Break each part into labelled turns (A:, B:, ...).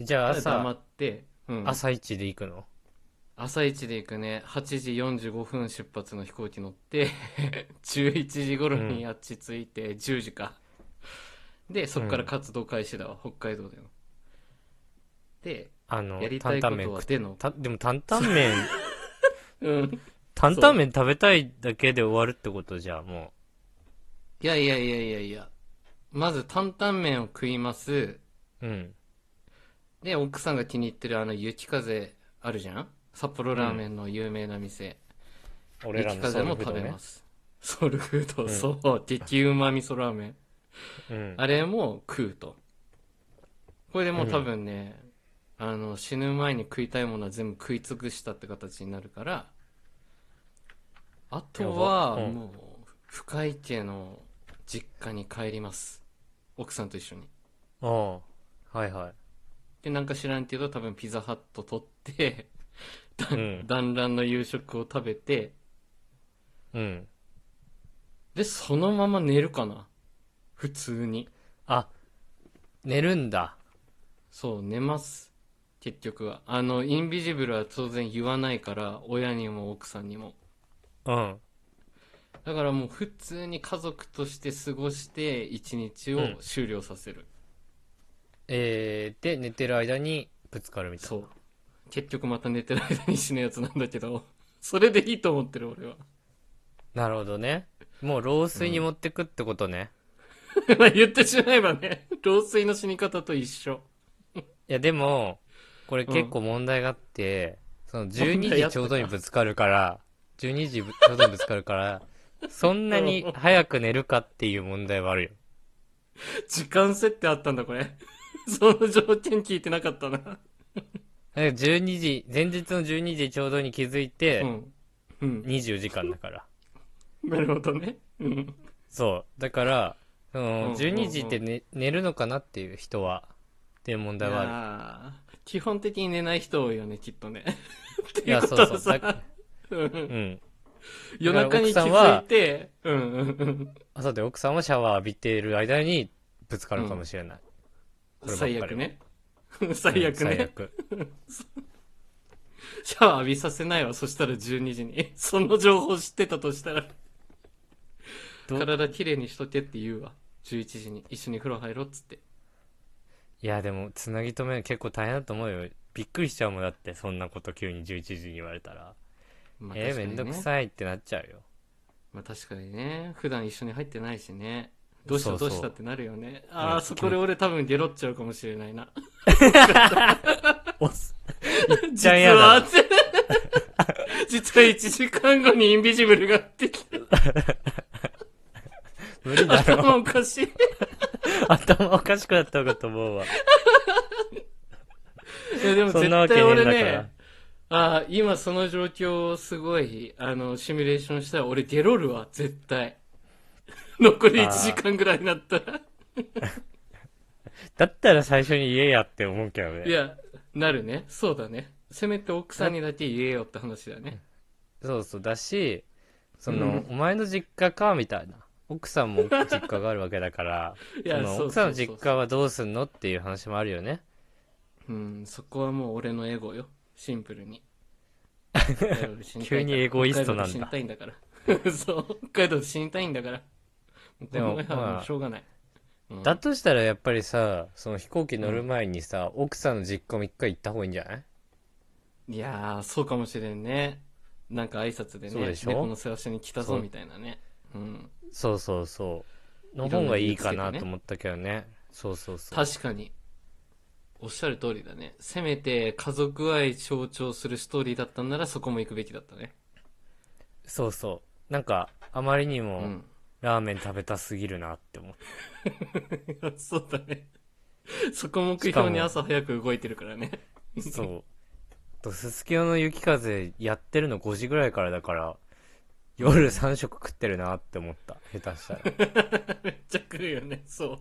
A: じゃあ
B: 黙
A: 朝、
B: って、うん、
A: 朝一で行くの
B: 朝一で行くね8時45分出発の飛行機乗って 11時頃にあっち着いて、10時かでそっから活動開始だわ、北海道でので
A: あの
B: やり、た
A: 担
B: いこ
A: 々麺
B: とは
A: 食った
B: での
A: た、でも担々麺、
B: うん
A: 担々麺食べたいだけで終わるってことじゃあも
B: いやいやいやいやいやまず担々麺を食います
A: う。うん。
B: で奥さんが気に入ってるあの雪風あるじゃん札幌ラーメンの有名な店、
A: 俺ら
B: 雪
A: のソ
B: 風
A: ウル
B: も
A: フード
B: 食べ
A: ね
B: ま。すソウルフード、
A: うん
B: そう激うま味噌ラーメン
A: うん。
B: あれも食うとこれでもう多分ね、あの死ぬ前に食いたいものは全部食い尽くしたって形になるからあとは
A: やばうん
B: もう深井家の実家に帰ります奥さんと一緒に
A: ああ。はいは
B: でなんか知らんけど多分ピザハット取ってだ
A: うん
B: 団らんの夕食を食べて
A: い。うん。
B: でそのまま寝るかな普通に
A: あ、寝るんだ。
B: そう寝ます結局はあのインビジブルは当然言わないから親にも奥さんにも
A: うん。
B: だからもう普通に家族として過ごして一日
A: うん
B: を終了させる、
A: えー、で、寝てる間にぶつかるみたいな。
B: そう結局また寝てる間に死ぬやつなんだけどそれでいいと思ってる俺は
A: なるほどね。もう老衰に持ってくってことね。
B: まあ言ってしまえばね老衰の死に方と一緒
A: いやでも、これ
B: うん
A: 結構問題があって、そ の
B: 問題
A: 12
B: あったか
A: 時ちょうどにぶつかるから、12時ぶちょうどにぶつかるから、そんなに早く寝るかっていう問題はあるよ。
B: 時間設定あったんだこれ その条件聞いてなかったな
A: だから12時、前日の12時ちょうどに気づいうて、
B: んうん
A: 24時間だから。
B: なるほどねうん
A: そう。だから、そ
B: うん
A: の12時って寝寝るのかなっていう人は、っていう問題はある。
B: あ基本的に寝ない人多いよねきっとねって
A: い
B: いう
A: や、
B: こ
A: そう
B: と
A: そ
B: は
A: う。だ
B: さうん
A: うん。
B: 夜中に気
A: だから
B: づいてうんうんうん
A: 朝で奥さんはシャワー浴びている間にぶつかるかもしれない。こればっかり
B: 最
A: は
B: 悪ね最悪
A: うん最
B: ね
A: 悪。
B: シャワー浴びさせないわそしたら12時にその情報知ってたとしたら
A: ど
B: 体きれいにしとけって言うわ11時に一緒に風呂入ろうっつって
A: いやでもつなぎ止めるの結構大変だと思うよびっくりしちゃうもんだってそんなこと急に11時に言われたら、
B: まあ
A: え
B: 確
A: ー、
B: か
A: め
B: に
A: んどく
B: ね
A: さいってなっちゃうよ
B: まあ確かにね普段一緒に入ってないしねどうした
A: そう
B: ど
A: そう
B: うしたってなるよねあ
A: う
B: あ
A: ん
B: そこで俺多分ゲロっちゃうかもしれないな
A: おす
B: 実
A: ちゃ嫌だ
B: は、 実は1時間後にインビジブルがやってきて、
A: 無理だろ
B: 頭おかしい。
A: 頭おかしくなったのかと思うわ
B: いやでも
A: そんなわ
B: 絶
A: けね
B: 対
A: えんだ
B: 俺
A: から、
B: ね、ああ、今その状況をすごい、あの、シミュレーションしたら俺ゲロるわ、絶対。 残り1時間ぐらいになったら。
A: だったら最初に言えやって思うけどね
B: いや、なるね。そうだね。せめて奥さんにだけ言えよって話だね。
A: そうそうだしその、
B: うん
A: お前の実家かみたいな奥さんも実家があるわけだから
B: いや、
A: その
B: そう
A: 奥さんの
B: そうそ
A: 実
B: う
A: 家はどうすんのっていう話もあるよね
B: うん、そこはもう俺のエゴよ。シンプルに。
A: 急にエゴイストなんだ
B: 北海道で死にたいんだから。 そう。北海道で死にたいんだから。
A: でも
B: この前は
A: まあ
B: もうしょうがない。うん
A: だとしたらやっぱりさその飛行機乗る前にさ、奥さんの実家も一回行った方がいいんじゃない
B: いやー、そうかもしれんね。なんか挨拶でね、
A: そうでしょ
B: 猫の世話しに来た
A: そ
B: ぞ
A: う
B: みたいなね。うん。
A: そうそうそうの
B: いろん
A: 方
B: な
A: が
B: 理
A: い
B: 由
A: いか
B: つけ
A: な
B: てね
A: と思ったけどねそうそうそう
B: 確かに。おっしゃる通りだね。せめて家族愛象徴するストーリーだったんならそこも行くべきだったね。
A: そうそうなんかあまりに
B: う
A: も
B: ん。
A: ラーメン食べたすぎるなって思って、
B: そうだね。そこ目標に朝早く動いてるからね。
A: そうとすすきのの雪風やってるの5時ぐらいからだから夜3食食ってるなって思った下手 したら
B: めっちゃ来るよね、そう。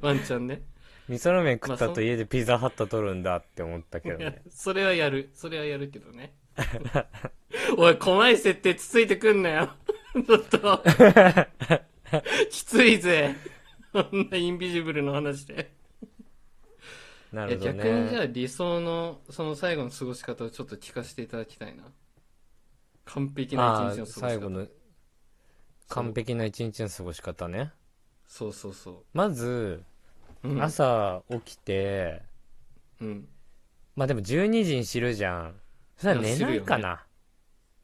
B: ワンちゃんね。
A: 味噌ラーメン食っ
B: まあ
A: た
B: そ
A: と家でピザハット取るんだって思ったけどね
B: それはやる。それはやるけどね。 おい、怖い設定つついてくんなよ。 ちょっと。 きついぜ。こんなインビジブルの話で。
A: ない
B: や
A: るほど
B: 逆にじゃあ
A: ね。
B: 理想のその最後の過ごし方をちょっと聞かせていただきたいな完璧な
A: ああ、
B: 一日の過ごし
A: 最
B: 方
A: 後の完璧な一日の過ごし方ね。
B: そうそうそ
A: まず、
B: う、うん、
A: 朝起きて、
B: うん
A: まあでも12時に知るじゃん。それは寝ないかな。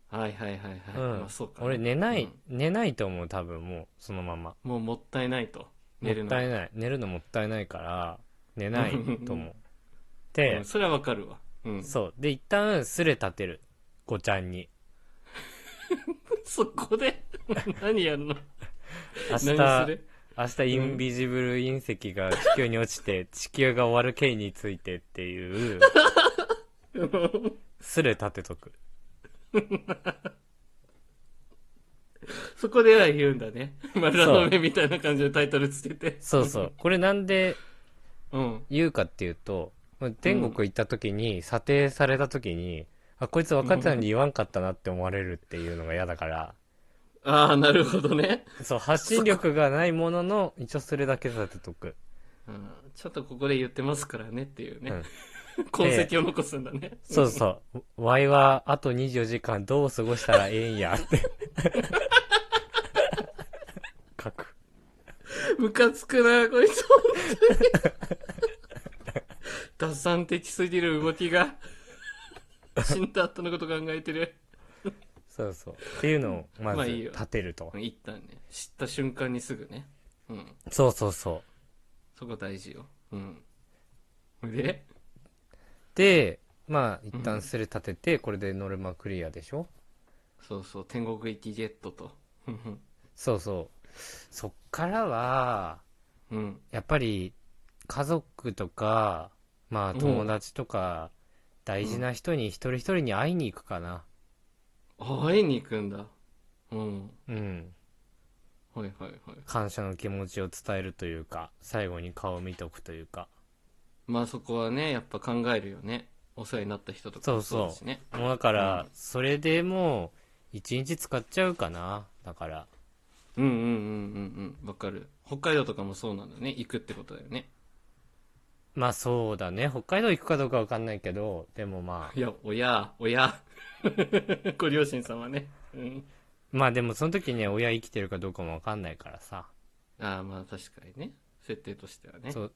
B: はいはいはいはい、
A: うん
B: まあそうか
A: 俺寝ない、
B: うん
A: 寝ないと思う、多分もう、そのまま。
B: もうもったいないと
A: も
B: 寝
A: っ
B: るの
A: たいない。寝るのもったいないから、寝ないと 思う。で
B: うん、それはわかるわうん
A: そう。で、一旦、すれ立てる。ごちゃんに。
B: そこで 何やんの
A: 明日、
B: 何する
A: 明日インビジブル隕石が地球に落ち て、地球が終わる経緯についてっていう、すれ立てとく。
B: そこでは言うんだね丸の目みたいな感じのタイトルつけて
A: そうそう。これなんで
B: うん
A: 言うかっていうと、まあ天国行った時に、査定された時に、あ、こいつ分かってたのに言わんかったなって思われるっていうのが嫌だから、
B: ああなるほどね
A: そう、発信力がないものの、一応それだけ立てとく。
B: うんちょっとここで言ってますからねっていうね、
A: で
B: 痕跡を残すんだね
A: そうそう。ワイは、あと24時間どう過ごしたらええんやって。書く。
B: ムカつくなこいつ 本当に打算的すぎる動き が死んだ後のこと考えてる
A: そうそう。っていうのを、ま
B: ま
A: ず、
B: あいいよ
A: 立てると。
B: 一旦ね知った瞬間にすぐねうん
A: そうそうそう。
B: そこ大事ようんで
A: で、まあ、一
B: う
A: 旦
B: ん
A: する立てて、これでノルマクリアでしょ
B: そうそう天国行きゲットとうん
A: そうそう。そっからは、
B: うん
A: やっぱり、家族とか、まあ、
B: うん
A: 友達とか、大事な人に一人一人に会いに行くかな。
B: あ会いに行くんだうん
A: うん。
B: はいはいはい
A: 感謝の気持ちを伝えるというか、最後に顔を見とくというか。
B: まあそこはねやっぱ考えるよねお世話になった人とか
A: そう
B: も
A: そう
B: だしね
A: もうだから、
B: うん
A: それでもう、一日使っちゃうかな。だから。
B: うんうんうんうんうんわかる北海道とかもそうなんだね行くってことだよね
A: まあそうだね。北海道行くかどうかわかんないけど、でもまあ、
B: いやおやおや ご両親様ねうん
A: まあでもその時ね、親生きてるかどうかもわかんないからさ。
B: ああまあ確かにね設定としてはね
A: そう、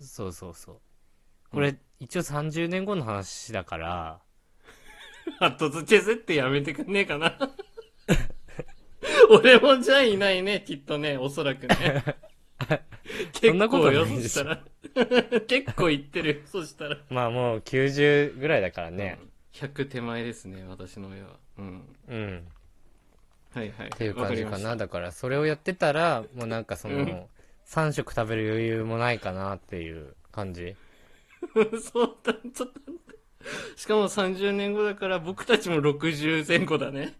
A: そうそうそう。これ、一応30年後の話だから、
B: 後付け設定やめてくんねえかな 俺もじゃあいないね、きっとね、おそらくね。
A: そ
B: 結
A: んなこと
B: 構
A: ない
B: よ、
A: でしょ
B: そしたら。 結構言ってる、そしたら。
A: まあもう90ぐらいだからね。
B: 100手前ですね、私の親は。うん。
A: うん。
B: はいはい。
A: っていう感じか
B: わりま
A: な。
B: し
A: だから、それをやってた ら、もうなんかその、
B: うん
A: 3食食べる余裕もないかなっていう感じ。
B: た。 そうだ、ちょっと待って。しかも30年後だから、僕たちも60前後だね。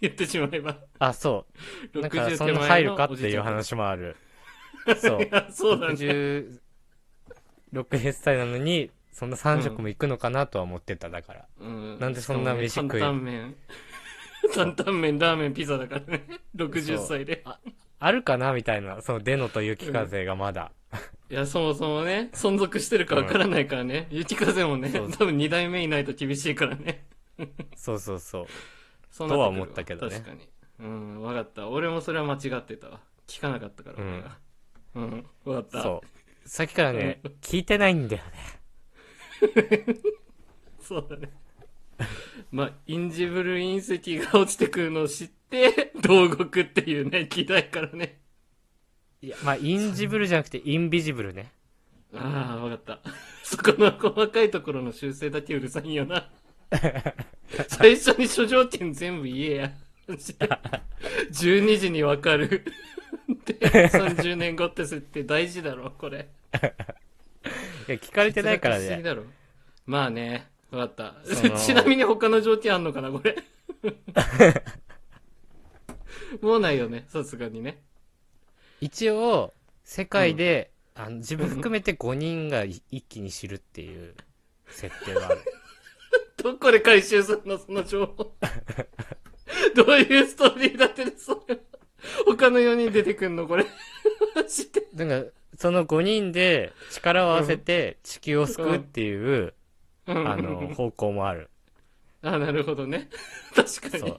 B: 言ってしまえば。
A: あ、そう。だから、
B: 60
A: そ
B: 手
A: んな
B: 前
A: 入
B: の
A: るかっ
B: おじ
A: て
B: いち
A: いう
B: ゃん
A: 話もある。そう
B: い。や、そうだね。
A: 60、60歳なのに、そんな3食も行くのかなとは思ってた、だから。
B: うん
A: なんでそんな飯食い
B: しかもね担々麺担々麺ラーメンピザだから ね60歳で
A: あるかなみたいな、その、デノと雪風がまだ。
B: いやそもそもね存続してるかわからないからね、雪風もね
A: そう
B: 多分2代目いないと厳しいからね
A: そうそうそう。
B: そうなってくるわ
A: とは思ったけどね
B: 確かにうん分かった俺もそれは間違ってたわ聞かなかったから俺がうん、分かった
A: そう。さっきからね、聞いてないんだよね。
B: そうだね まあインジブル隕石が落ちてくるのを知って 牢獄っていうね議題からね
A: いや、まあ、インジブルじゃなくて、インビジブルね。
B: ああ、わかった。 そこの細かいところの修正だけうるさいんよ な。最初に諸条件全部言えや。12時にわかる。で、30年後って設定大事だろ、これ。
A: いや、聞かれてないから
B: 節約しすぎ
A: ね。
B: だろ。まあね、わかっ
A: そ
B: た。
A: の
B: ちなみに他の条件あんのかな、これ。 もうないよね、さすがにね。
A: 一応、世界で、あの自分含めて5人がい一気に知るっていう設定はあ る。
B: どこで回収するのその情報。 どういうストーリーだってるそれは。他の4人出てくんのこれ。マジで。
A: なんか、その5人で力を合わせて地球を救うっていう、
B: うん
A: あの、方向もある。
B: あなるほどね確か
A: そう
B: に。